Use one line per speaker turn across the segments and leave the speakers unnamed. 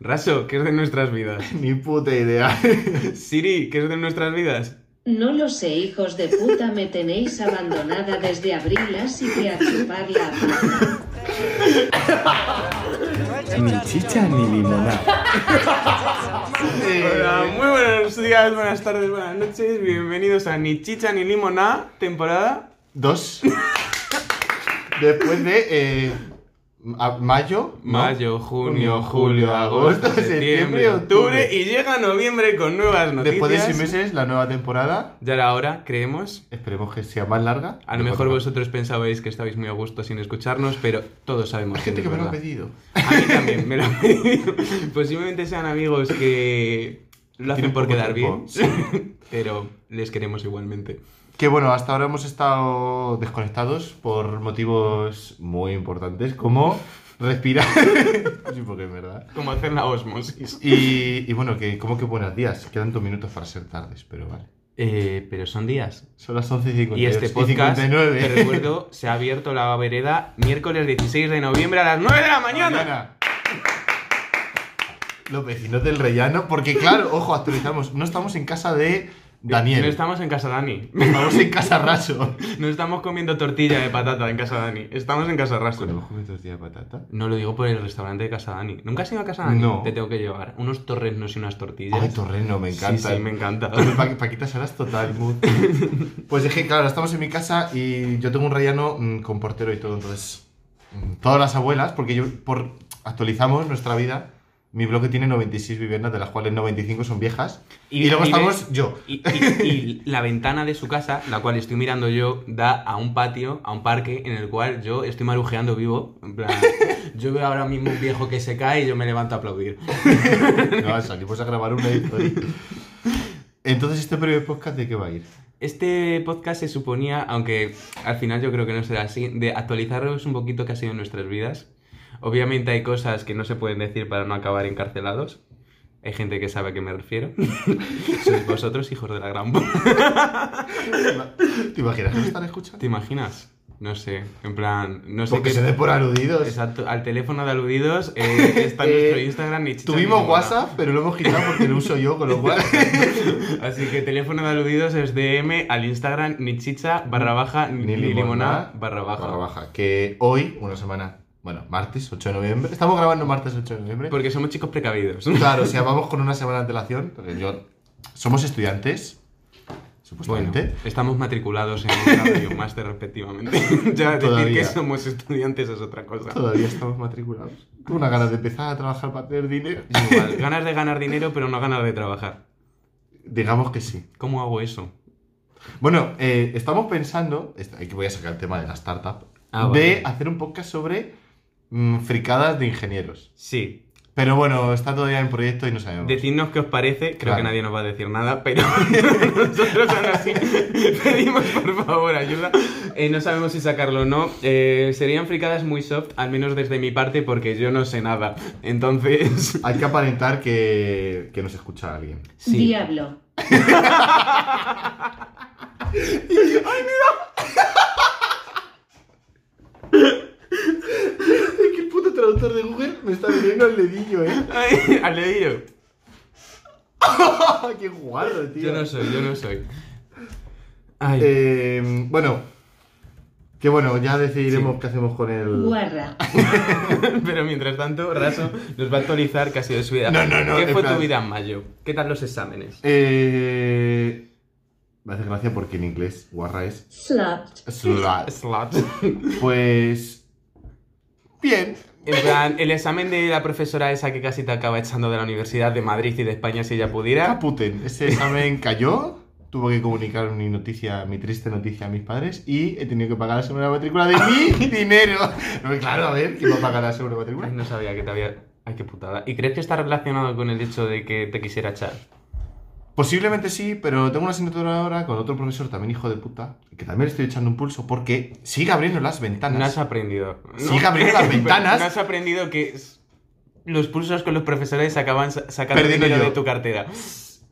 Raso, ¿qué es de nuestras vidas?
Ni puta idea.
Siri, ¿qué es de nuestras vidas?
No lo sé, hijos de puta, me tenéis abandonada desde abril, así que a chupar la pata.
Ni chicha ni limonada.
Eh,
Hola, muy buenos días, buenas tardes, buenas noches. Bienvenidos a Ni Chicha ni Limoná, temporada.
Dos. Después de eh, a- mayo. ¿no?
Mayo, junio, julio, agosto, septiembre, octubre y llega noviembre con nuevas noticias.
Después de seis meses, la nueva temporada.
Ya era hora, creemos.
Esperemos que sea más larga.
A lo mejor vosotros pensabais que estabais muy a gusto sin escucharnos, pero todos sabemos
Hay gente que
no es
me lo ha
verdad.
pedido.
A mí también me lo han pedido. Posiblemente sean amigos que lo hacen
Tienen
por
poco
quedar
tiempo.
bien, pero les queremos igualmente.
Que bueno, hasta ahora hemos estado desconectados por motivos muy importantes como respirar. sí, porque es verdad.
Como hacer la osmosis.
Y, y bueno, que como que buenos días. Quedan dos minutos para ser tardes, pero vale.
Eh, pero son días.
Son las 11 y
Y este podcast,
59.
te recuerdo, se ha abierto la vereda miércoles 16 de noviembre a las 9 de la mañana.
Mañana. Los vecinos del rellano, porque claro, ojo, actualizamos. No estamos en casa de Daniel.
No estamos en casa Dani.
Estamos en casa raso.
No estamos comiendo tortilla de patata en casa Dani. Estamos en casa Rastro.
¿Hemos comido tortilla de patata?
No lo digo por el restaurante de casa Dani. ¿Nunca has ido a casa Dani?
No.
Te tengo que llevar unos torresnos y unas tortillas.
Ay, torreno, me encanta.
Sí, sí, me encanta.
Entonces, pa- Paquitas Salas total mood. Pues es que, claro, estamos en mi casa y yo tengo un rellano mm, con portero y todo, entonces mm, todas las abuelas, porque yo por actualizamos nuestra vida. Mi bloque tiene 96 viviendas, de las cuales 95 son viejas. Y, luego
vive-
estamos yo.
Y, y- y la ventana de su casa, la cual estoy mirando yo, da a un patio, a un parque, en el cual yo estoy marujeando vivo. En plan, yo veo ahora mismo un viejo que se cae y yo me levanto a aplaudir.
No, salimos a grabar una historia. Entonces, ¿este primer podcast de qué va a ir?
Este podcast se suponía, aunque al final yo creo que no será así, de actualizaros un poquito qué ha sido en nuestras vidas. Obviamente hay cosas que no se pueden decir para no acabar encarcelados. Hay gente que sabe a qué me refiero. Sois vosotros, hijos de la gran puta.
¿Te imaginas que nos están escuchando?
¿Te imaginas? No sé, en plan, no sé
Porque
qué-
se dé por aludidos.
Exacto, al teléfono de aludidos eh, está
Eh,
nuestro Instagram y chicha
Tuvimos
ni mola.
WhatsApp, pero lo hemos quitado porque lo uso yo, con lo cual.
Así que teléfono de aludidos es DM al Instagram ni chicha barra baja ni,
Ni
limonada
limonada,
barra baja.
barra baja. Que hoy, una semana, bueno, martes 8 de noviembre. Estamos grabando martes 8 de noviembre.
Porque somos chicos precavidos.
Claro, o sea, vamos con una semana de antelación. Porque yo. Somos estudiantes.
Bueno,
Supuestamente.
estamos matriculados en un grado y un máster respectivamente. ya decir que
Todavía.
somos estudiantes es otra cosa.
Todavía estamos matriculados. Tengo una ganas de empezar a trabajar para tener dinero.
Igual, ganas de ganar dinero pero no ganas de trabajar.
Digamos que sí.
¿Cómo hago eso?
Bueno, eh, estamos pensando. est- Aquí voy a sacar el tema de la startup.
Ah, vale.
de hacer un podcast sobre mm, fricadas de ingenieros.
Sí,
Pero bueno, está todavía en proyecto y no sabemos.
Decidnos qué os parece, creo
Claro.
que nadie nos va a decir nada, pero nosotros aún así pedimos por favor ayuda. Eh, no sabemos si sacarlo o no. Eh, serían fricadas muy soft, al menos desde mi parte, porque yo no sé nada. Entonces,
Hay que aparentar que, que nos escucha alguien.
sí.
Diablo.
Es que el puto traductor de Google me está viniendo al dedillo, eh.
Ay, al dedillo.
Ah, ¡Qué guarro, tío!
Yo no soy, yo no soy. Ay,
Eh, bueno, que bueno, ya decidiremos
Sí.
qué hacemos con el.
Guarra.
pero mientras tanto, Raso nos va a actualizar casi de su vida.
No, no, no,
¿Qué
en
fue tu
plan-
vida en mayo? ¿Qué tal los exámenes?
Eh, me hace gracia porque en inglés guarra es.
Slapped.
slut.
Slot.
Pues. Bien.
En plan, el examen de la profesora esa que casi te acaba echando de la Universidad de Madrid y de España si ella pudiera.
Caputen. Ese examen cayó. Tuve que comunicar mi noticia, mi triste noticia a mis padres y he tenido que pagar la segunda matrícula de mi dinero. No, claro, a ver, ¿quién va a pagar la segunda matrícula?
Ay, no sabía que te había... Ay, qué putada. ¿Y crees que está relacionado con el hecho de que te quisiera echar?
Posiblemente sí, pero tengo una asignatura ahora con otro profesor también hijo de puta, que también le estoy echando un pulso porque sigue abriendo las
No has
ventanas.
aprendido.
Sigue abriendo las ventanas.
No has aprendido que s- los pulsos con los profesores acaban sa- sacando
Perdiendo
dinero
yo.
de tu cartera.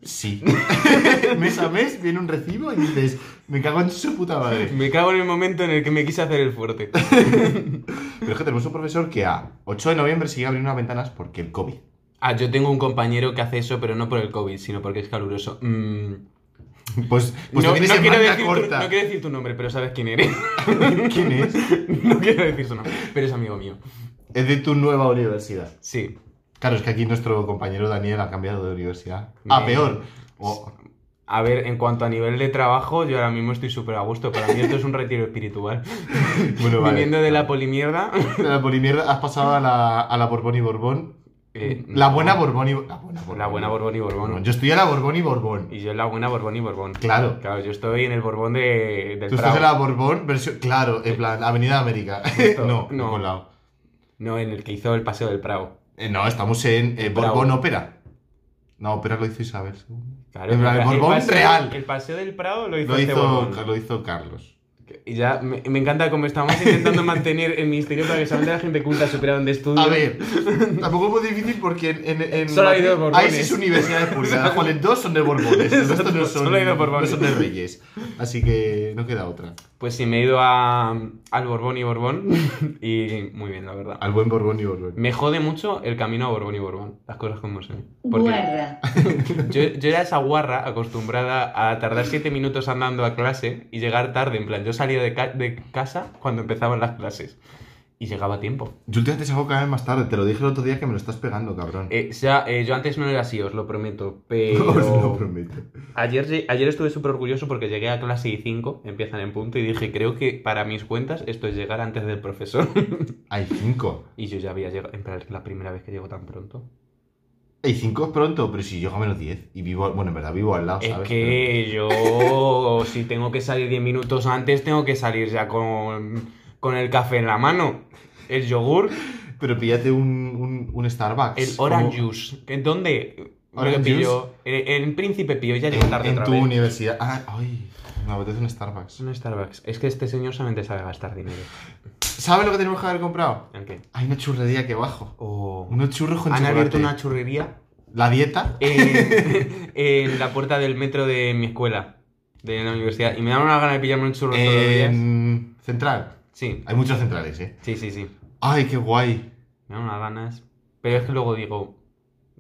Sí. mes a mes viene un recibo y dices, me cago en su puta madre.
Me cago en el momento en el que me quise hacer el fuerte.
Pero es que tenemos un profesor que a 8 de noviembre sigue abriendo las ventanas porque el COVID.
Ah, yo tengo un compañero que hace eso, pero no por el COVID, sino porque es caluroso. Mm,
Pues, pues
no,
te vienes
no
en
quiero
manga
decir tu,
corta.
no quiero decir tu nombre, pero sabes quién eres.
¿Quién es?
no quiero decir su nombre, pero es amigo mío.
Es de tu nueva universidad.
Sí.
Claro, es que aquí nuestro compañero Daniel ha cambiado de universidad. A
Me-
peor. Oh, O-
A ver, en cuanto a nivel de trabajo, yo ahora mismo estoy súper a gusto. Para mí esto es un retiro espiritual.
bueno, vale.
Viniendo de la polimierda.
De la polimierda has pasado a la, a la Borbón y Borbón.
eh,
La
no.
buena Borbón y La buena Borbón.
La buena Borbón y Borbón.
Yo estoy a la Borbón y Borbón.
Y yo en la buena Borbón y Borbón.
Claro.
Claro, yo estoy en el Borbón de, del
Tú estás
Prado.
en la Borbón versión. Claro, en plan, Avenida América.
Eh, Justo.
no,
No.
no. colado.
No, en el que hizo el paseo del Prado.
Eh, no, estamos en eh,
Bravo.
Borbón Ópera. No, ópera lo hizo Isabel II.
Claro,
En plan, el Borbón
paseo,
real.
El paseo del Prado lo hizo,
Lo
este
hizo,
Borbón.
lo hizo Carlos.
Y ya me, me encanta como estamos intentando mantener el misterio para que solamente la gente culta supiera dónde estudia.
A ver, tampoco es muy difícil porque en. en, en
Solo hay dos
Hay
Borbones.
seis universidades públicas, las cuales dos son de Borbones. El resto no son,
Solo hay dos
no
Borbones.
son de Reyes. Así que no queda otra.
Pues sí, me he ido a, al Borbón y Borbón. Y muy bien, la verdad.
Al buen Borbón y Borbón.
Me jode mucho el camino a Borbón y Borbón. Las cosas como son. Porque
Guarra.
yo, yo era esa guarra acostumbrada a tardar siete minutos andando a clase y llegar tarde. En plan, yo salía de, ca- de casa cuando empezaban las clases. Y llegaba a tiempo.
Yo últimamente salgo cada vez más tarde. Te lo dije el otro día que me lo estás pegando, cabrón.
Eh, o sea, eh, yo antes no era así, os lo prometo. Pero...
Os lo prometo.
Ayer, lle- ayer estuve súper orgulloso porque llegué a clase y 5, empiezan en punto, y dije, creo que para mis cuentas esto es llegar antes del profesor.
Hay cinco.
y yo ya había llegado, en plan, es la primera vez que llego tan pronto.
Hay cinco es pronto, pero si llego a menos diez. Y vivo, bueno, en verdad vivo al lado,
es
Ah, ¿sabes?
que yo, si tengo que salir 10 minutos antes, tengo que salir ya con, con el café en la mano, el yogur,
Pero, pero píllate un, un, un Starbucks.
el
como-
orange juice. ¿En dónde? Me lo
Orange
pillo. En, en Príncipe Pío, ya llego
En,
tarde
en
otra
tu
vez.
universidad. Ah, ay, me apetece un Starbucks.
Un Starbucks. Es que este señor solamente sabe gastar dinero.
¿Sabes lo que tenemos que haber comprado?
¿En qué?
Hay una churrería que bajo.
Oh.
Unos churros con
Han
chocolate.
abierto una churrería
¿La dieta?
en, en la puerta del metro de mi escuela, de la universidad. Y me dan una gana de pillarme un churro todos los días.
En... em, Central.
Sí,
Hay muchos centrales, ¿eh?
sí, sí, sí.
¡Ay, qué guay!
Me dan unas ganas. Pero es que luego digo,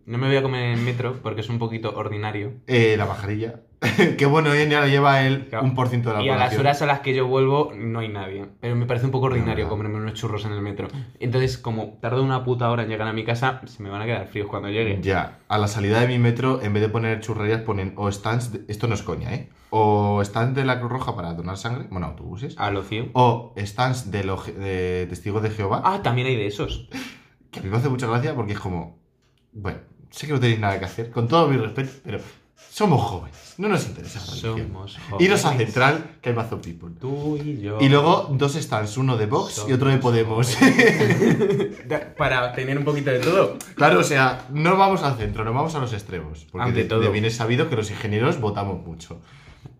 no me voy a comer en el metro porque es un poquito ordinario.
Eh, la pajarilla. qué bueno, hoy en día la lleva el
Claro.
1% de la población.
Y a las horas a las que yo vuelvo no hay nadie. Pero me parece un poco ordinario
Nada.
comerme unos churros en el metro. Entonces, como tardo una puta hora en llegar a mi casa, se me van a quedar fríos cuando llegue.
Ya, a la salida de mi metro, en vez de poner churrerías, ponen o stands... de- Esto no es coña, ¿eh? O stands de la Cruz Roja para donar sangre. Bueno, autobuses.
A lo cío.
O stands de, lo- de testigos de Jehová.
Ah, también hay de esos.
Que a mí me hace mucha gracia porque es como, bueno, sé que no tenéis nada que hacer, con todo mi respeto, pero somos jóvenes, no nos interesa la religión.
Somos
Iros a
jóvenes.
Central, que hay mazo people.
Tú y yo.
Y luego dos stands, uno de Vox y otro de Podemos.
Da- Para tener un poquito de todo.
claro, o sea, no vamos al centro, no vamos a los extremos. Porque
Ante
de,
todo.
de bien es sabido que los ingenieros votamos mucho.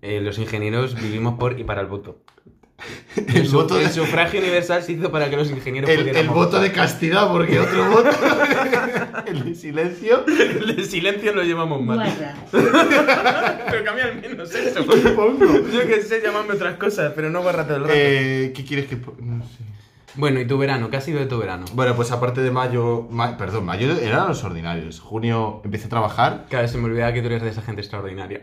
Eh, los ingenieros vivimos por y para el voto.
El,
su-
voto, de,
el sufragio universal se hizo para que los ingenieros
el,
pudieran
el voto de castidad, porque otro voto, el de silencio,
El de silencio lo llevamos mal.
Guarra.
pero cambia al menos eso.
supongo.
Yo que sé, llamarme otras cosas, pero no guarrate del rato.
Eh, ¿Qué quieres que.? po- No sé.
Bueno, ¿y tu verano? ¿Qué ha sido de tu verano?
Bueno, pues aparte de mayo, ma- perdón, mayo eran los ordinarios. Junio empecé a trabajar.
Claro, se me olvidaba que tú eres de esa gente extraordinaria.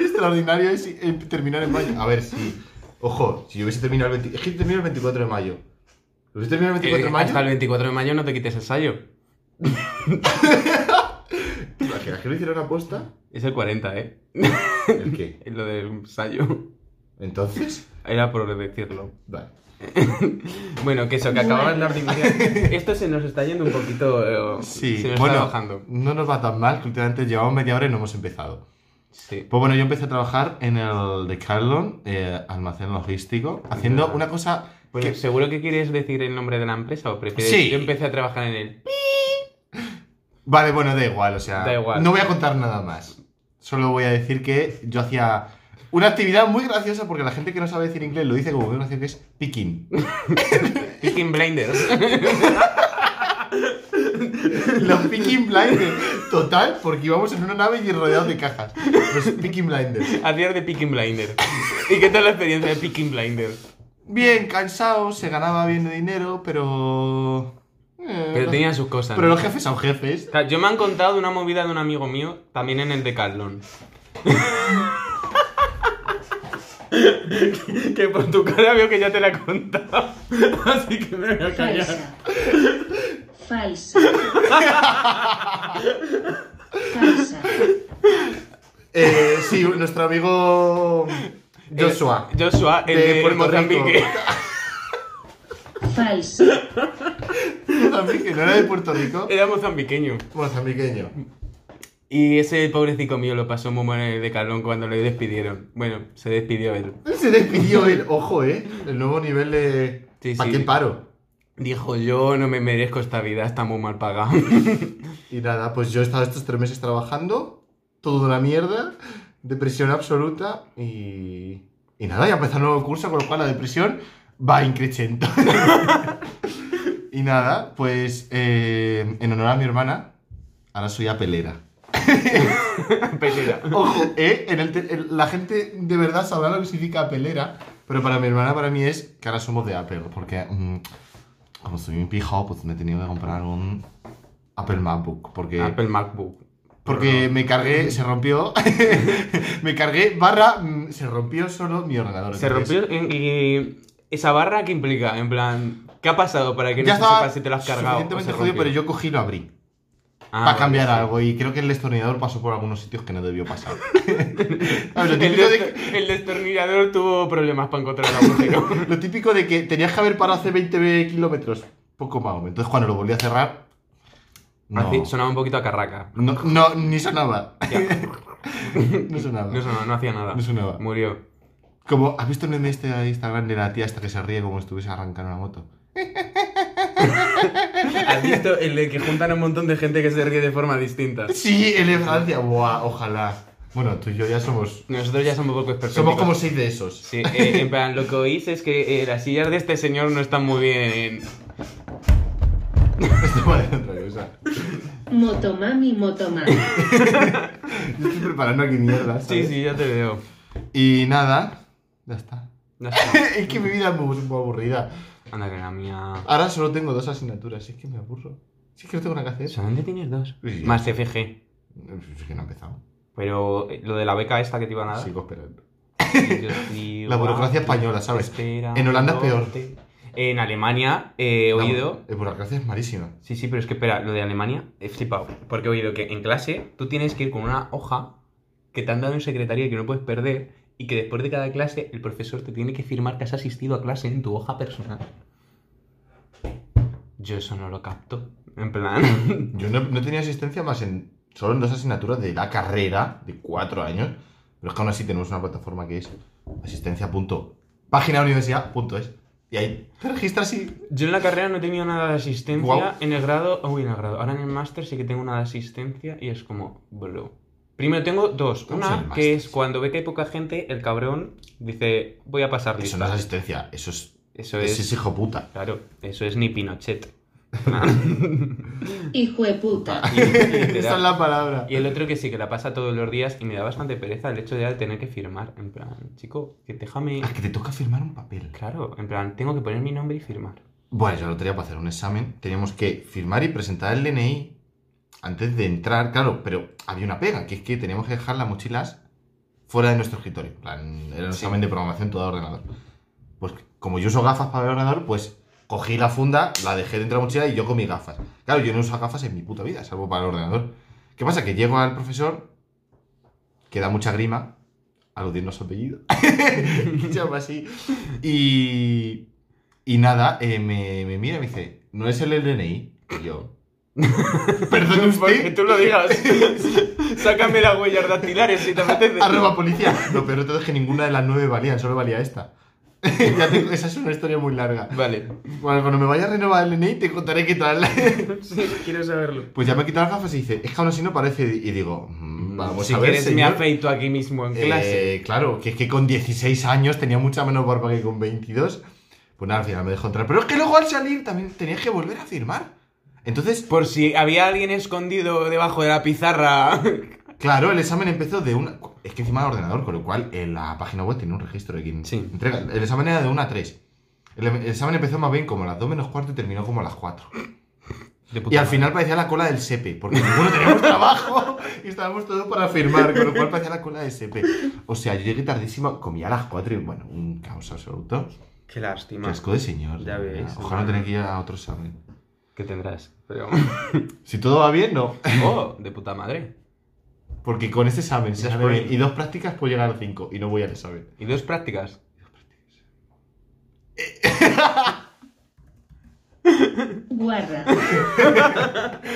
Extraordinario es eh, terminar en mayo. A ver, sí. Ojo, si yo hubiese terminado el 20 es que termino el 24 de mayo. ¿Lo hubiese terminado el 24
Eh,
de mayo?
hasta el 24 de mayo no te quites el sayo.
¿A que- a que lo hicieron aposta?
Es el 40, ¿eh?
¿El qué?
Es lo del sayo.
Entonces,
Era por decirlo.
vale.
Bueno, que eso, que acababa la ordinaria. Esto se nos está yendo un poquito. eh,
Sí,
se nos
bueno,
está bajando.
no nos va tan mal que últimamente llevamos media hora y no hemos empezado.
Sí.
Pues bueno, yo empecé a trabajar en el de Carlon, eh, almacén logístico, haciendo una cosa
Bueno,
que-
¿seguro que quieres decir el nombre de la empresa o prefieres?
Sí.
Yo empecé a trabajar en él.
Vale, bueno, da igual, o sea,
Da igual.
no voy a contar nada más. Solo voy a decir que yo hacía una actividad muy graciosa porque la gente que no sabe decir inglés lo dice como muy gracioso que es picking.
Picking Blinders.
Los picking blinders. Total, porque íbamos en una nave y rodeados de cajas. Los picking blinders.
Hacías de Picking Blinders. ¿Y qué tal la experiencia de Picking Blinders?
bien cansado, se ganaba bien de dinero, pero. eh,
Pero
no-
tenía sus cosas.
pero
¿no?
los jefes son jefes.
O sea, Yo me han contado de una movida de un amigo mío, también en el Decathlon. que, que por tu cara veo que ya te la he contado. Así que me voy a callar.
Falsa. Falsa. Falsa.
Eh, sí, nuestro amigo Joshua.
Eh, Joshua, el de,
de Puerto
Mozambique.
Rico.
Falsa.
Mozambique, no era de Puerto Rico.
Era mozambiqueño.
Mozambiqueño.
Y ese pobrecito mío lo pasó muy mal en el Decathlon cuando le despidieron. Bueno, se despidió él.
Se despidió él, ojo, ¿eh? El nuevo nivel de.
Sí,
¿Para
sí.
qué paro?
Dijo, yo no me merezco esta vida, está muy mal pagado.
Y nada, pues yo he estado estos tres meses trabajando, todo una mierda, depresión absoluta y. Y nada, ya empezó el nuevo curso, con lo cual la depresión va increciendo. y nada, pues eh, en honor a mi hermana, ahora soy apelera.
Petera.
Ojo, ¿eh? En el te- en- la gente de verdad sabrá lo que significa apelera, pero para mi hermana, para mí es que ahora somos de Apple, porque mm, como soy un pijo, pues me he tenido que comprar un Apple MacBook, porque,
Apple MacBook.
porque me cargué, se rompió, me cargué, barra, mm, se rompió solo mi ordenador.
Se
entonces-
rompió y, y- esa barra que implica, en plan, ¿qué ha pasado para que
Ya
no se
estaba
sepa si te lo has cargado? o
suficientemente
se
jodido,
rompió?
pero yo cogí y lo abrí.
Ah,
para
vale,
cambiar
sí.
algo, y creo que el destornillador pasó por algunos sitios que no debió pasar. ¿Sabes? Lo
El,
típico de que-
destor- el destornillador tuvo problemas para encontrar el agujero.
Lo típico de que tenías que haber parado hace 20 kilómetros, poco más o menos. Entonces, cuando lo volví a cerrar, no,
Así, Sonaba un poquito a carraca.
no, no, ni sonaba.
Ya.
No sonaba.
No, sonó, no hacía nada.
No sonaba.
Murió.
Como, ¿has visto el meme este de Instagram de la tía hasta que se ríe como si estuviese arrancando una moto?
¿Has visto el de que juntan a un montón de gente que se ríe de forma distinta?
Sí, el de Francia. Buah, ojalá. Bueno, tú y yo ya somos...
Nosotros ya somos poco expertos.
Somos como seis de esos.
Sí, eh, en plan, lo que oís es que eh, las sillas de este señor no están muy bien en-
Esto va de otra cosa.
Motomami, motomami.
Yo estoy preparando aquí mierda,
Sí,
¿sabes?
sí, ya te veo.
Y nada, ya está.
Ya está.
es que mi vida es muy, muy aburrida.
Anda, que la mía...
Ahora solo tengo dos asignaturas, es que me aburro. Si es que no tengo nada que hacer.
Solamente tienes dos.
Sí.
Más FG.
Es que no ha empezado.
Pero eh, lo de la beca esta que te iban a dar.
Sigo esperando.
yo sigo
La burocracia
aquí
española, ¿sabes?
esperándote.
En Holanda es peor.
En Alemania eh, he oído.
La burocracia es malísima.
Sí, sí, pero es que espera, lo de Alemania he flipado. Porque he oído que en clase tú tienes que ir con una hoja que te han dado en secretaría que no puedes perder y que después de cada clase el profesor te tiene que firmar que has asistido a clase en tu hoja personal. Yo eso no lo capto. En plan.
Yo no, no tenía asistencia más en solo en dos asignaturas de la carrera de cuatro años. Pero es que aún así tenemos una plataforma que es asistencia. Página universidad.es. Y ahí te registras y.
Yo en la carrera no he tenido nada de asistencia.
Guau.
En el grado. Uy, en el grado. Ahora en el máster sí que tengo una de asistencia y es como. Bro. Primero tengo dos.
¿Cómo es el
Una
máster?
que es cuando ve que hay poca gente, el cabrón dice: Voy a pasar
Eso
lista.
no es asistencia, eso es.
Eso
Ese
es.
es hijo puta.
Claro, eso es ni Pinochet.
Hijo de puta.
Y- literal.
Esa es la palabra.
Y el otro que sí, que la pasa todos los días y me da bastante pereza el hecho de tener que firmar. En plan, chico, que déjame.
Ah, que te toca firmar un papel.
Claro, en plan, tengo que poner mi nombre y firmar.
Bueno, yo lo tenía para hacer un examen. Teníamos que firmar y presentar el DNI antes de entrar, claro, pero había una pega, que es que teníamos que dejar las mochilas fuera de nuestro escritorio. En plan, Era un
Sí.
examen de programación todo a ordenador. Pues como yo uso gafas para ver ordenador, pues cogí la funda, la dejé dentro de la mochila y yo con mis gafas. Claro, yo no uso gafas en mi puta vida, salvo para el ordenador. ¿Qué pasa? Que llego al profesor, que da mucha grima, aludiendo a su apellido. Se llama así. Y y nada, eh, me, me mira y me dice, ¿no es el LNI? Y yo, ¿perdón
Porque
usted?
tú lo digas. Sácame las huellas dactilares si te apetece.
Arroba policía. Lo peor de todo es que ninguna de las nueve valían, solo valía esta. Ya tengo- esa es una historia muy larga.
Vale.
Bueno, cuando me vaya a renovar el LNI te contaré qué tal.
Sí, quiero saberlo.
Pues ya me quitado las gafas y dice, es que aún así no parece. Y digo, "Mm, vamos
si
a ver,
quieres me
señor".
afeito aquí mismo en
Eh,
clase.
claro, que es que con 16 años tenía mucha menos barba que con 22. Pues nada, al final me dejó entrar. Pero es que luego al salir también tenías que volver a firmar. Entonces,
Por si había alguien escondido debajo de la pizarra.
Claro, el examen empezó de una. eh, Es que encima del ordenador, con lo cual en la página web tiene un registro de quién
Sí.
entrega. El examen era de una a 3. El el examen empezó más bien como a las 2 menos cuarto y terminó como a las 4.
De puta
Y al
madre.
final parecía la cola del SEPE, porque ninguno teníamos trabajo y estábamos todos para firmar, con lo cual parecía la cola del SEPE. O sea, yo llegué tardísimo, comía a las 4 y bueno, un caos absoluto.
Qué
Qué
lástima.
asco de señor.
Ya ves.
Ojalá no tener que ir a otro examen.
Que tendrás. Pero.
Si todo va bien, no.
Oh, de puta madre.
Porque con ese examen si
Ya
sale
voy.
bien, y dos prácticas puedo llegar a 5 y no voy al examen.
Y dos prácticas.
Guarra.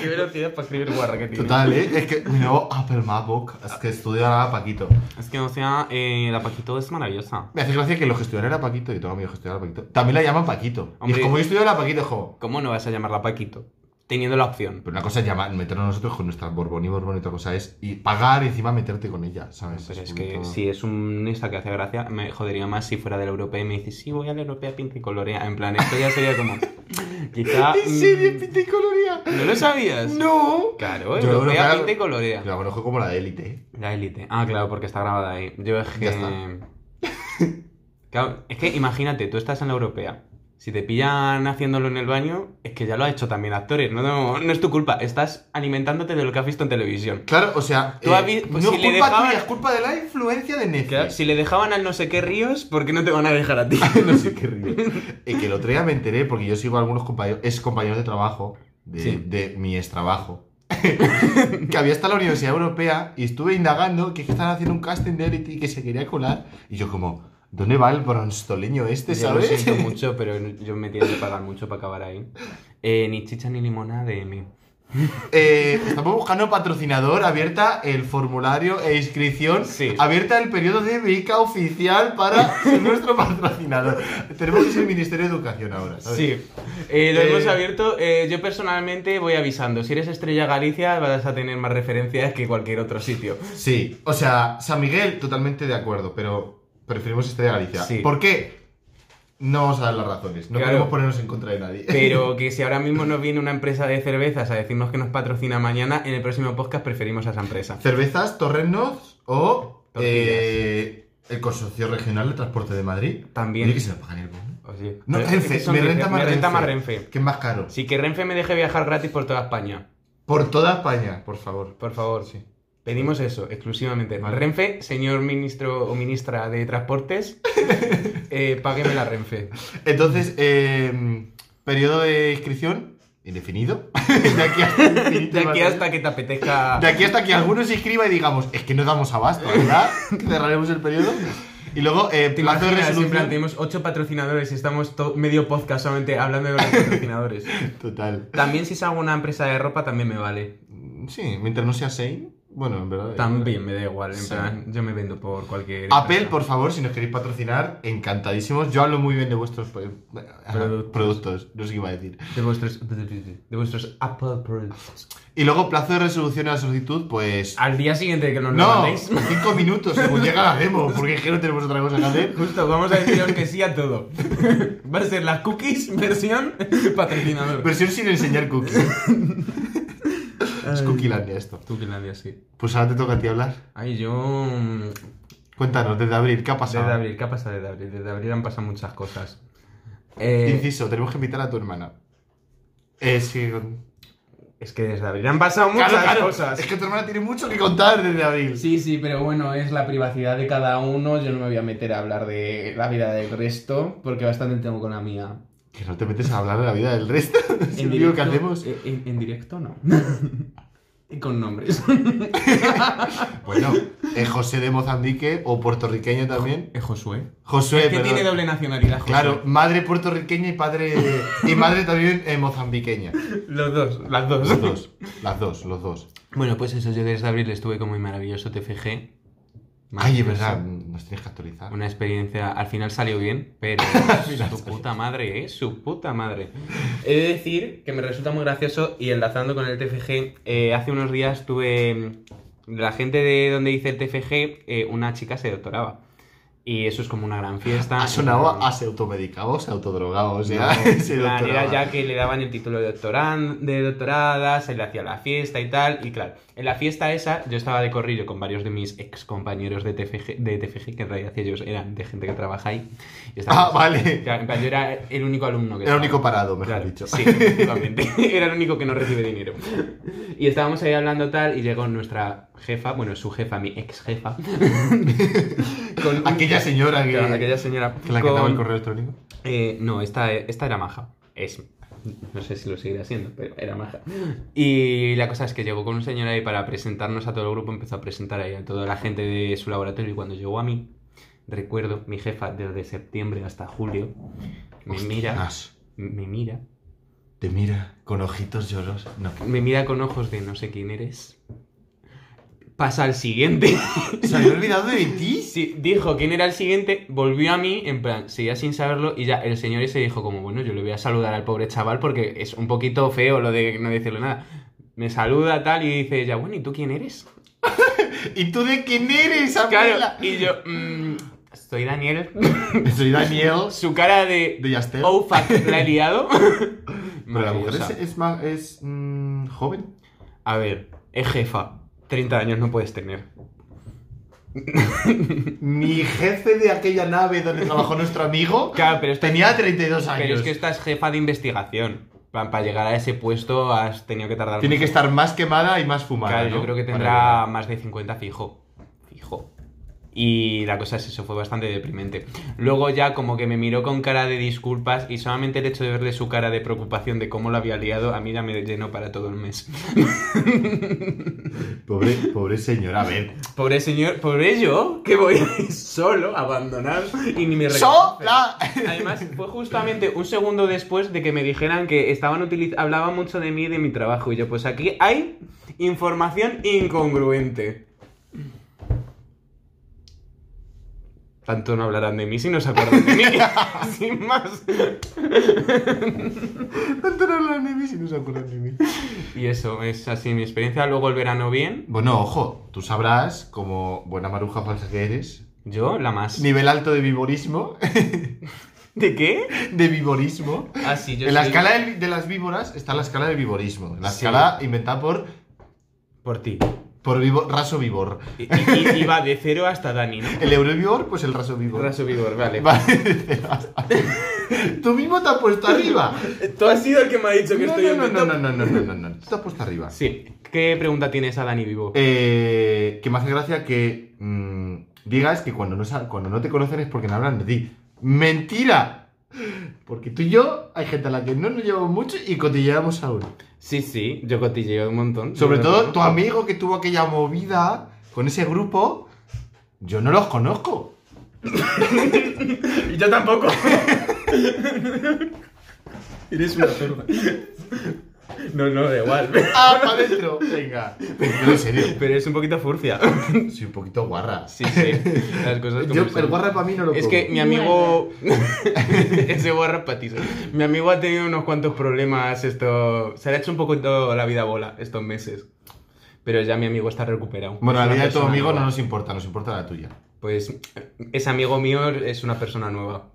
Qué velocidad para escribir guarra que tiene.
Total, ¿eh? Es que, no, Apple MacBook, es que estudiaba Paquito.
Es que, o sea, eh, la Paquito es maravillosa.
Me hace gracia que los que estudiaron era Paquito y todo amigo que estudiara Paquito. También la llaman Paquito. Y es
Hombre.
como yo estudiaba la Paquito, es como,
¿Cómo no vas a llamarla Paquito? Teniendo la opción.
Pero una cosa es llamar, meternos nosotros con nuestra Borbón y Borbón y otra cosa es y pagar y encima meterte con ella, ¿sabes?
Pero es
Pues un
que
todo-
si es un esta que hace gracia, me jodería más si fuera de la europea y me dice, sí, voy a la europea, pinta y colorea. En plan, esto ya sería como. Quizá.
¿En serio
mm,
pinta y colorea?
¿No lo sabías?
¡No!
Claro,
Yo,
europea
claro.
pinta y colorea.
Yo la conozco como la de élite.
La élite. Ah, claro, porque está grabada ahí. Yo es que.
Ya está.
Claro, es que imagínate, tú estás en la europea. Si te pillan haciéndolo en el baño, es que ya lo ha hecho también actores. No, no, no es tu culpa. Estás alimentándote de lo que has visto en televisión.
Claro, o sea, eh,
Tú has vi- pues
no
si
es
le
culpa
dejaban-
tuya, es culpa de la influencia de Netflix.
Claro, Si le dejaban al no sé qué ríos, ¿por qué no te van a dejar a ti?
no sé qué río. Eh, que el otro día me enteré, porque yo sigo a algunos compañeros, ex compañeros de trabajo, de,
Sí.
de mi ex trabajo, que había estado en la Universidad Europea y estuve indagando que, es que estaban haciendo un casting de élite y que se quería colar. Y yo, como, ¿dónde va el bronstoleño este,
Yo lo
sabes?
siento mucho, pero yo me tienen que pagar mucho para acabar ahí. Eh, ni chicha ni limonada de mí.
Eh, estamos buscando patrocinador, abierta el formulario e inscripción,
Sí.
abierta el periodo de beca oficial para ser nuestro patrocinador. Tenemos que ser el Ministerio de Educación ahora, ¿sabes?
Sí, Eh, lo
Eh,
hemos abierto. Eh, yo personalmente voy avisando. Si eres estrella Galicia, vas a tener más referencias que cualquier otro sitio.
Sí, o sea, San Miguel, totalmente de acuerdo, pero preferimos este de Galicia.
Sí.
¿Por qué? No vamos a dar las razones, no
Claro.
queremos ponernos en contra de nadie.
Pero que si ahora mismo nos viene una empresa de cervezas a decirnos que nos patrocina mañana, en el próximo podcast preferimos a esa empresa.
Cervezas, torrenos o
Tortillas.
eh, el Consorcio Regional de Transporte de Madrid.
También. Oh,
Oye, que se nos pagan el bono.
Oye,
No,
pero es que
Renfe,
son
me
Renfe,
renta más
me renta
Renfe.
más Renfe.
Que es más caro.
Sí, que Renfe me deje viajar gratis por toda España.
Por toda España, por favor.
Por favor,
Sí.
Pedimos eso, exclusivamente.
Vale.
Renfe, señor ministro o ministra de Transportes, eh, págueme la Renfe.
Entonces, eh, periodo de inscripción indefinido. de aquí hasta, infinito
De aquí
y más allá.
hasta que te apetezca.
De aquí hasta que alguno se inscriba y digamos, es que no damos abasto, ¿verdad? Que cerraremos el periodo. Y luego, eh,
¿Te
plazo
imaginas? En
de
plan,
resolución.
tenemos ocho patrocinadores y estamos to- medio podcast solamente hablando de los patrocinadores.
Total.
También si salgo una empresa de ropa también me vale.
Sí, mientras no sea Sein. Bueno, en verdad. eh,
También me da igual, en
Sí.
plan, yo me vendo por cualquier...
Apple,
empresa.
por favor, si nos queréis patrocinar, encantadísimos. Yo hablo muy bien de vuestros eh,
Productos.
productos. No sé qué iba a decir.
De vuestros... De vuestros Apple products.
Y luego, plazo de resolución a la solicitud, pues.
Al día siguiente que nos Ah, lo
No,
mandéis,
cinco minutos, según llega la demo, porque es que no tenemos otra cosa que hacer.
Justo, vamos a deciros que sí a todo. Va a ser las cookies versión patrocinador.
Versión sin enseñar cookies. es cookielandia esto.
Tú que nadie así.
Pues ahora te toca a ti hablar.
Ay, yo... mm,
Cuéntanos, desde abril, ¿qué ha pasado?
Desde abril, ¿qué ha pasado desde abril? Desde abril han pasado muchas cosas. Eh,
Inciso, tenemos que invitar a tu hermana. Eh, sí. con-
es que desde abril han pasado muchas
Claro, claro,
cosas.
Es que tu hermana tiene mucho que contar desde abril.
Sí, sí, pero bueno, es la privacidad de cada uno. Yo no me voy a meter a hablar de la vida del resto, porque bastante tengo con la mía.
Que no te metes a hablar de la vida del resto. Es lo único que hacemos.
eh, En, en directo no. Y con nombres.
Bueno, eh, José de Mozambique o puertorriqueño también.
Es Josué.
José,
es que
perdón.
tiene doble nacionalidad, Josué.
Claro, madre puertorriqueña y padre. y madre también eh, mozambiqueña.
Los dos, las dos.
Los dos. Las dos, los dos.
Bueno, pues eso, yo desde abril estuve con muy maravilloso TFG.
Ay, es verdad, nos tienes que actualizar.
Una experiencia, al final salió bien, pero su puta madre, ¿eh? Su puta madre. He de decir que me resulta muy gracioso y enlazando con el TFG, eh, hace unos días tuve mm, la gente de donde hice el TFG, eh, una chica se doctoraba. Y eso es como una gran fiesta.
Ha sonado a se automedicaba o se autodrogaba, o sea,
En
se
plan, era
doctoraba.
ya que le daban el título de, doctoran, de doctorada, se le hacía la fiesta y tal. Y claro, en la fiesta esa yo estaba de corrillo con varios de mis ex compañeros de TFG, de TFG que en realidad ellos eran de gente que trabaja ahí. Y
Ah,
estábamos-
vale.
Claro, en plan, yo era el único alumno que
Era
estaba.
el único parado, mejor
Claro,
dicho.
Sí, efectivamente. Era el único que no recibe dinero. Y estábamos ahí hablando tal, y llegó nuestra jefa, bueno, su jefa, mi ex jefa. con un-
Aquella señora que,
Claro, aquella señora.
que la que daba
con-
el correo electrónico.
eh, no, esta, esta era maja. Es. No sé si lo seguirá siendo, pero era maja. Y la cosa es que llegó con un señor ahí para presentarnos a todo el grupo, empezó a presentar ahí a toda la gente de su laboratorio y cuando llegó a mí, recuerdo, mi jefa desde septiembre hasta julio, me mira,
Hostias,
me mira,
Te mira con ojitos lloros. No.
me mira con ojos de no sé quién eres. Pasa al siguiente.
¿Se había olvidado de ti?
Sí, dijo quién era el siguiente, volvió a mí, en plan, seguía sin saberlo, y ya el señor ese dijo como, bueno, yo le voy a saludar al pobre chaval porque es un poquito feo lo de no decirle nada. Me saluda tal y dice ella, bueno, ¿y tú quién eres?
¿Y tú de quién eres,
Claro,
Amela?
y yo, mm, soy Daniel.
Soy Daniel
Su cara de,
de Yastel.
oh, fuck, la he liado.
Pero la mujer es,
Maravillosa.
es, ma- es, mm, joven.
A ver, es jefa, 30 años no puedes tener.
Mi jefe de aquella nave donde trabajó nuestro amigo
Claro, pero esta-
tenía 32 años.
Pero es que esta es jefa de investigación. Para, para llegar a ese puesto has tenido que tardar
Tiene
mucho.
que estar más quemada y más fumada.
Claro, yo
¿no?
creo que
Para
tendrá más de 50 fijo. Fijo. Y la cosa es eso, fue bastante deprimente. Luego ya como que me miró con cara de disculpas y solamente el hecho de verle su cara de preocupación de cómo lo había liado, a mí ya me llenó para todo el mes.
Pobre, pobre señor, a ver.
Pobre señor, pobre yo, que voy solo, abandonado y ni me reconoce.
¡Sola!
Además, fue justamente un segundo después de que me dijeran que estaban utiliz- hablaban mucho de mí y de mi trabajo. Y yo, pues aquí hay información incongruente. Tanto no hablarán de mí si no se acuerdan de mí. Sin más.
Tanto no hablan de mí si no se acuerdan de mí.
Y eso, es así mi experiencia. Luego el verano bien.
Bueno, ojo, tú sabrás, como buena maruja falsa que eres,
Yo, la más.
nivel alto de vivorismo,
¿De qué?
de vivorismo.
Ah, sí, yo
En la
soy-
escala del- de, las víboras está la escala del vivorismo. La
Sí.
escala inventada por,
Por ti.
por vivo- raso vivor.
Y, y- y va de cero hasta Dani, ¿no?
El eurovivor, pues el raso vivor.
Raso Vigor, vale.
Vale. Tú mismo te has puesto arriba.
Tú has sido el que me ha dicho que
No,
estoy
no,
en
no,
mi
no,
top.
no, no, no, no, no, no. Tú te has puesto arriba.
Sí. ¿Qué pregunta tienes a Dani Vivo?
Eh, que me hace gracia que mm, digas que cuando no, sa- cuando no te conocen es porque no hablan de ti. ¡Mentira! Porque tú y yo hay gente a la que no nos llevamos mucho y cotilleamos aún.
Sí, sí, yo cotilleo un montón.
Sobre
Yo
todo
no-
tu amigo que tuvo aquella movida con ese grupo, yo no los conozco.
Y yo tampoco. Eres una torta. No, no, da igual.
¡Ah, para adentro! Venga. Yo, en serio,
Pero es un poquito furcia.
soy un poquito guarra.
Sí, sí. Las cosas como
Yo,
son.
el guarra para mí no lo
Es que
como.
mi amigo. Ese guarra patizo. Mi amigo ha tenido unos cuantos problemas. Esto. Se le ha hecho un poquito la vida bola estos meses. Pero ya mi amigo está recuperado.
Bueno,
Es
la
una
vida de tu
persona
amigo no
nueva.
nos importa, nos importa la tuya.
Pues ese amigo mío es una persona nueva.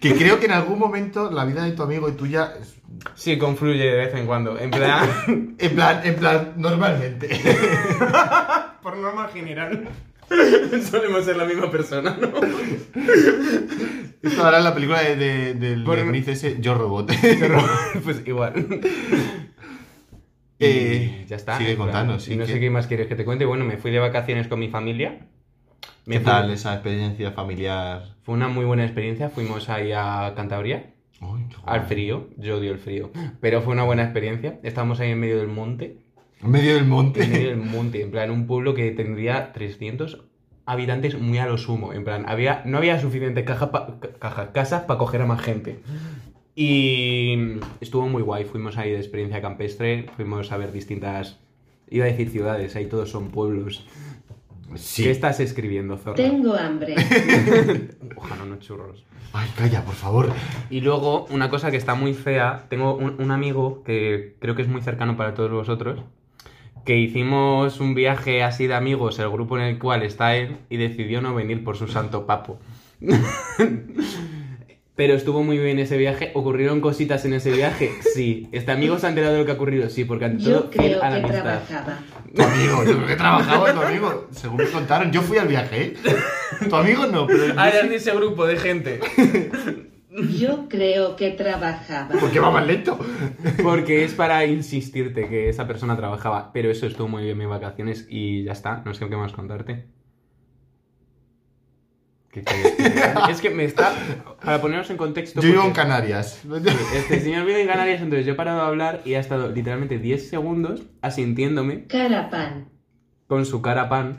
Que creo que en algún momento la vida de tu amigo y tuya es
Sí, confluye de vez en cuando. En plan,
En plan, en plan, normalmente.
por norma general, solemos ser la misma persona, ¿no?
Esto ahora en la película de, de- del
Por-
actriz ese, Yo Robot.
pues igual.
Eh,
Y ya está.
sigue
en plan,
contando, sí,
No
que-
sé qué más quieres que te cuente. Bueno, me fui de vacaciones con mi familia. Me
¿Qué
fui-
tal esa experiencia familiar?
Fue una muy buena experiencia. Fuimos ahí a Cantabria,
Ay, qué
al
guay.
frío. Yo odio el frío. Pero fue una buena experiencia. Estábamos ahí en medio del monte.
En medio del
en medio
monte.
del monte, en plan, un pueblo que tendría 300 habitantes muy a lo sumo, en plan, había, no había suficiente caja pa- ca- caja- casas para coger a más gente. Y estuvo muy guay, fuimos ahí de experiencia campestre, fuimos a ver distintas, iba a decir ciudades, ahí todos son pueblos. ¿Qué
Sí.
estás escribiendo, Zorra?
Tengo hambre.
Ojalá no churros.
Ay, calla, por favor.
Y luego, una cosa que está muy fea, tengo un, un amigo que creo que es muy cercano para todos vosotros, que hicimos un viaje así de amigos, el grupo en el cual está él, y decidió no venir por su santo papo. Pero estuvo muy bien ese viaje. ¿Ocurrieron cositas en ese viaje? Sí. ¿Este amigo se ha enterado de lo que ha ocurrido? Sí, porque ante todo, fiel
Yo creo
a la
que
amistad.
trabajaba.
Tu amigo, yo creo que trabajaba tu amigo. Según me contaron, yo fui al viaje, ¿eh? Tu amigo no, pero. yo
Ahora
sí.
de ese grupo de gente.
Yo creo que trabajaba.
¿Por qué va más lento?
Porque es para insistirte que esa persona trabajaba. Pero eso estuvo muy bien mis vacaciones y ya está. No sé qué más contarte. ¿Qué quieres? es que me está. Para ponernos en contexto.
Yo vivo en
porque-
Canarias.
Este señor vive en Canarias, entonces yo he parado a hablar y ha estado literalmente 10 segundos asintiéndome
Carapán.
con su cara a pan,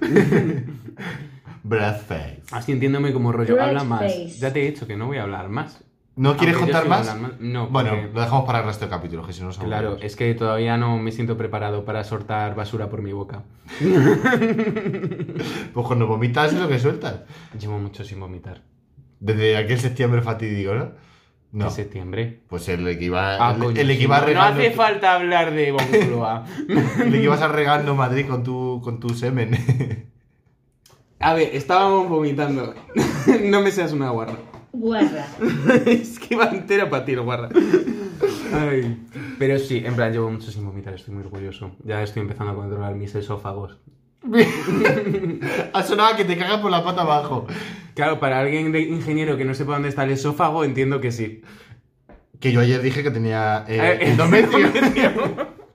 Breath face.
Ah, asintiéndome como rollo,
Red
habla más.
face.
Ya te he dicho que no voy a hablar más.
¿No quieres
Aunque yo
contar
sí voy a
más?
hablar más. No,
Bueno,
porque-
lo dejamos para el resto del capítulo, que si no nos
Claro,
aburrimos.
es que todavía no me siento preparado para soltar basura por mi boca. eh.
Pues cuando vomitas es lo que sueltas.
Llevo mucho sin vomitar.
Desde aquel septiembre fatídico, ¿no? No.
En septiembre.
Pues el que iba,
Ah,
el-
coño,
el, que
sí,
iba
no
regando,
hace falta hablar de Moncloa.
el que ibas regando Madrid con tu, con tu semen.
A ver, estábamos vomitando. no me seas una guarra.
Guarra.
es que va entera para ti, lo guarda. Ay. Pero sí, en plan, llevo mucho sin vomitar, estoy muy orgulloso. Ya estoy empezando a controlar mis esófagos.
ha sonado que te cagas por la pata abajo.
Claro, para alguien de ingeniero que no sepa dónde está el esófago, entiendo que sí.
Que yo ayer dije que tenía eh,
Eh,
endometrio.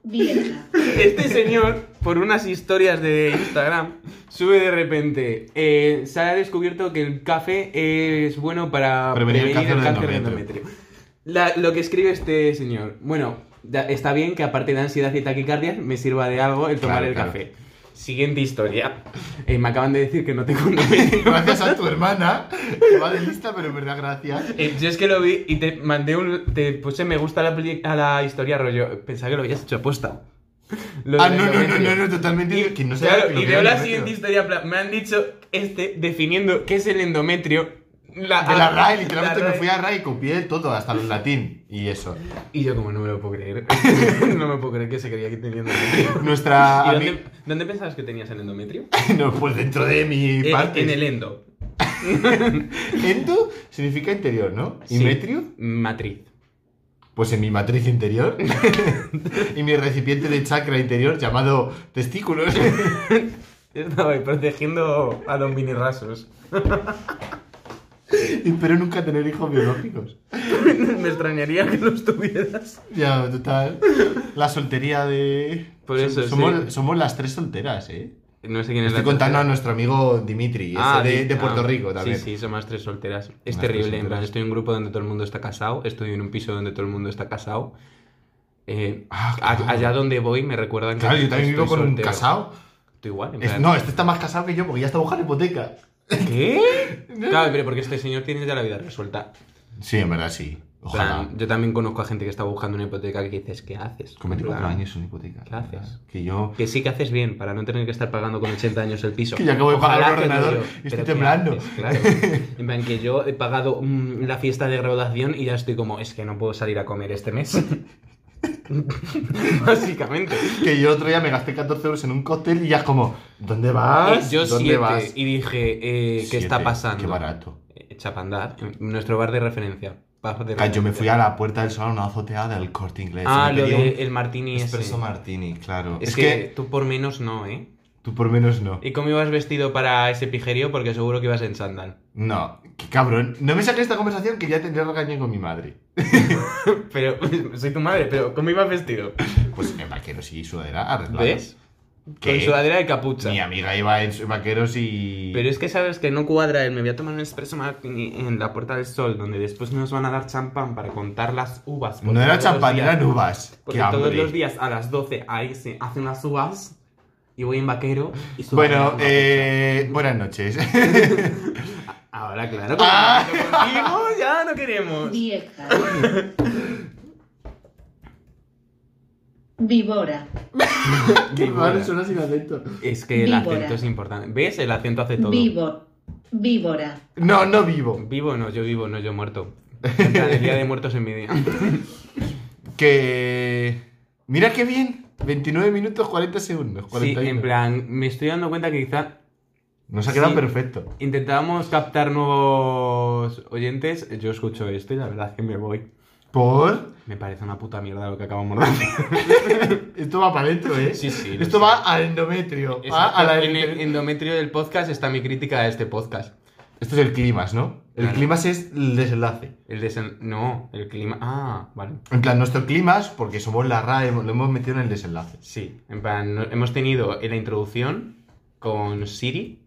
Vieja.
Este señor, por unas historias de Instagram, sube de repente. eh, se ha descubierto que el café es bueno para
Prevenir
prevenir,
el
el
cáncer
cáncer
de
de
endometrio.
endometrio. La- lo que escribe este señor. Bueno, da- está bien que aparte de ansiedad y taquicardia me sirva de algo el tomar
Claro,
el
claro.
café. Siguiente historia. Eh, me acaban de decir que no tengo endometrio.
gracias a tu hermana. Que va de lista, pero en verdad gracias.
Eh, Yo es que lo vi y te mandé un. Te puse me gusta a la, peli- a la historia, rollo. Pensaba que lo habías hecho aposta.
Ah, no, no, no, no, no, totalmente.
Y,
que no sabe
claro,
que lo
y
que
veo
era
la
endometrio.
siguiente historia, en plan, me han dicho este definiendo qué es el endometrio. La,
De la RAE,
Ah, la
literalmente me
RAE.
fui a RAE y copié todo, hasta los latín. Y eso.
Y yo como no me lo puedo creer. no me puedo creer que se creía que tenía endometrio.
Nuestra
¿Y
amiga.
dónde, dónde pensabas que tenías el endometrio?
No, pues dentro de mi
Eh,
parte.
en el endo.
Endo significa interior, ¿no? ¿Y
Sí.
metrio?
Matriz.
Pues en mi matriz interior. y mi recipiente de chakra interior llamado testículos.
Estaba ahí protegiendo a los mini rasos.
Y Espero nunca tener hijos biológicos.
me extrañaría que los tuvieras.
Ya, total. La soltería de.
Por eso,
somos,
sí.
somos las tres solteras, ¿eh?
No sé quién es
Estoy
la
contando a
tercera.
nuestro amigo Dimitri, ese
Ah,
de,
sí,
de Puerto
ah,
Rico también.
Sí, sí, son más tres solteras.
tres
Es terrible, en plan,
solteras.
estoy en un grupo donde todo el mundo está casado, estoy en un piso donde todo el mundo está casado. Eh,
Ah,
a-
claro.
Allá donde voy me recuerdan que
Claro, yo también
estoy
vivo con un
soltero.
casado.
Tú igual, en
Es-
plan,
no, este está más casado que yo porque ya está buscando hipoteca.
¿Qué? Claro, pero porque este señor tiene ya la vida resuelta.
Sí, en verdad sí.
En
Ojalá.
plan, yo también conozco a gente que está buscando una hipoteca que dices, ¿qué haces?
Con 24
En plan,
años una hipoteca.
¿Qué haces?
Que yo.
Que sí que haces bien, para no tener que estar pagando con 80 años el piso.
Que yo acabo de pagar un
que no
ordenador
yo,
y estoy
pero ¿qué
temblando.
haces? Claro. En plan, que yo he pagado mm, la fiesta de graduación y ya estoy como, es que no puedo salir a comer este mes. Básicamente.
Que yo el otro día me gasté 14 euros en un cóctel y ya es como, ¿dónde
Eh,
vas?
yo
¿Dónde
siete
vas?
y dije, eh, ¿qué
Siete,
está pasando?
Qué barato.
Eh, Chapandar, en nuestro bar de referencia. bar de
Ca- Ah, Yo me
referencia.
fui a la puerta del sol a una azotea del corte inglés.
Ah,
y me
lo
pedí
del
un
martini ese.
Espresso martini, claro.
Es, que, tú por menos no, ¿eh?
tú por menos no.
¿Y cómo ibas vestido para ese pijerío? Porque seguro que ibas en chándal.
No, qué cabrón. No me saques esta conversación que ya tendré regaño con mi madre.
Pero, soy tu madre, pero ¿cómo ibas vestido?
Pues en vaqueros y sudadera arreglada.
¿Ves?
Ah, ¿Qué?
Con sudadera de capucha.
Mi amiga iba en su- vaqueros y...
Pero es que sabes que no cuadra el me voy a tomar un espresso martini en la Puerta del Sol, donde después nos van a dar champán para contar las uvas. porque
No era
todos los
champán,
días-
eran uvas.
Porque
Qué
todos
hambre.
los días a las 12 ahí se hacen las uvas y voy en vaquero y subo a
Bueno,
la
eh, buenas noches.
capucha. Ahora, claro,
Ah.
pero contigo ya no queremos.
Vieja. Víbora.
Qué raro,
suena sin acento.
Es que el
Víbora.
acento es importante. ¿Ves? El acento hace todo.
Vivo. Víbora.
No, no vivo.
Vivo no, yo vivo no, yo muerto. En plan, El día de muertos en mi día.
Que... Mira qué bien. 29 minutos 40 segundos.
Sí,
41.
en plan, me estoy dando cuenta que quizá
Nos ha quedado
sí.
perfecto.
intentábamos captar nuevos oyentes. Yo escucho esto y la verdad es que me voy.
¿Por?
Me parece una puta mierda lo que acabamos de hacer.
Esto va para adentro, ¿eh?
Sí, sí, lo
Esto
sé.
va al endometrio.
Ah,
va a la
en el endometrio del podcast está mi crítica a este podcast.
Esto es el climas, ¿no? El
Claro.
climas es el desenlace.
El desen... No, el clima... Ah, vale.
En plan, nuestro climas, porque somos la RAE, lo hemos metido en el desenlace.
Sí, en plan, no- hemos tenido en la introducción con Siri,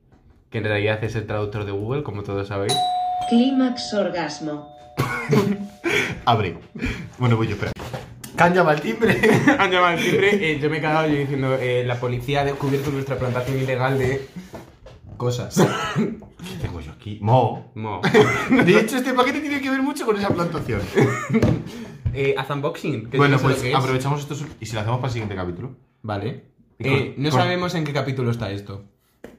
que en realidad es el traductor de Google, como todos sabéis.
Clímax orgasmo.
Abre. Bueno, voy yo, espera. ¿Can llama el timbre?
Han llamado al timbre, eh, yo me he cagado yo diciendo, eh, la policía ha descubierto nuestra plantación ilegal de cosas.
¿Qué tengo yo aquí? Mo.
Mo.
De hecho, este paquete tiene que ver mucho con esa plantación.
Eh, haz unboxing. que
Bueno,
yo no
pues
sé lo que es.
aprovechamos esto su- y si lo hacemos para el siguiente capítulo.
Vale.
Y
Eh,
con-
no
con-
sabemos en qué capítulo está esto.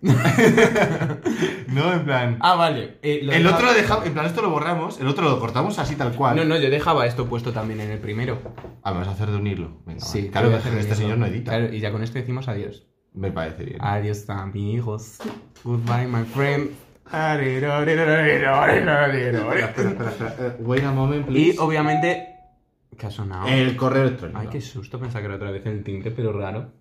No, en plan.
Ah, vale. eh, lo
El
deja-
otro lo dejamos. En plan, esto lo borramos, el otro lo cortamos así tal cual.
No, no, yo dejaba esto puesto también en el primero.
Ah, me vas a hacer de unirlo. Venga,
Sí,
va. Claro,
voy a
que
hacer
este
eso.
señor no edita.
Claro, Ah. y ya con esto decimos adiós.
Me parece bien.
Adiós, amigos. Goodbye, my friend.
Espera, espera, espera, espera. Eh, Wait a moment, please. Ah.
Y obviamente. ¿Qué ha sonado?
El correo electrónico.
Ay, qué susto pensar que era otra vez el timbre, pero raro.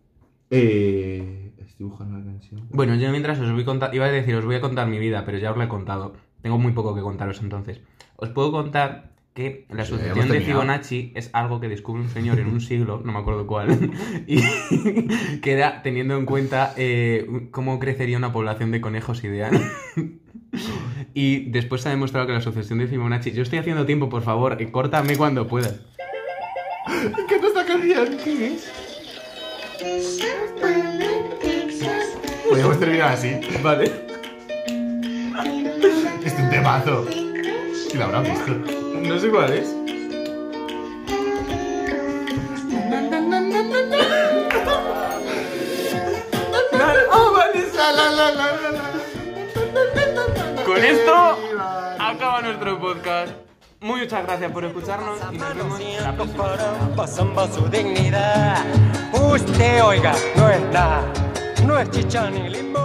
Eh, estoy buscando la canción.
Bueno, yo mientras os voy a contar. Iba a decir, os voy a contar mi vida, pero ya os la he contado. Tengo muy poco que contaros entonces. Os puedo contar que la
Sí,
sucesión
hemos
de
terminado.
Fibonacci es algo que descubre un señor en un siglo, no me acuerdo cuál, y que era teniendo en cuenta eh, cómo crecería una población de conejos ideal. Y después se ha demostrado que la sucesión de Fibonacci. Yo estoy haciendo tiempo, por favor, eh, córtame cuando puedas.
Me encanta esta canción. ¿Qué es? Podríamos terminar así.
Vale.
Este es un temazo. Si lo habrán visto.
No sé cuál es.
¡Oh, vale! La, la, la, la, la, la.
Con esto
Viva.
acaba nuestro podcast. Muchas gracias por escucharnos y nos vemos la próxima.
Pasamba su dignidad. Usted, oiga, no está, no es chicha ni limón.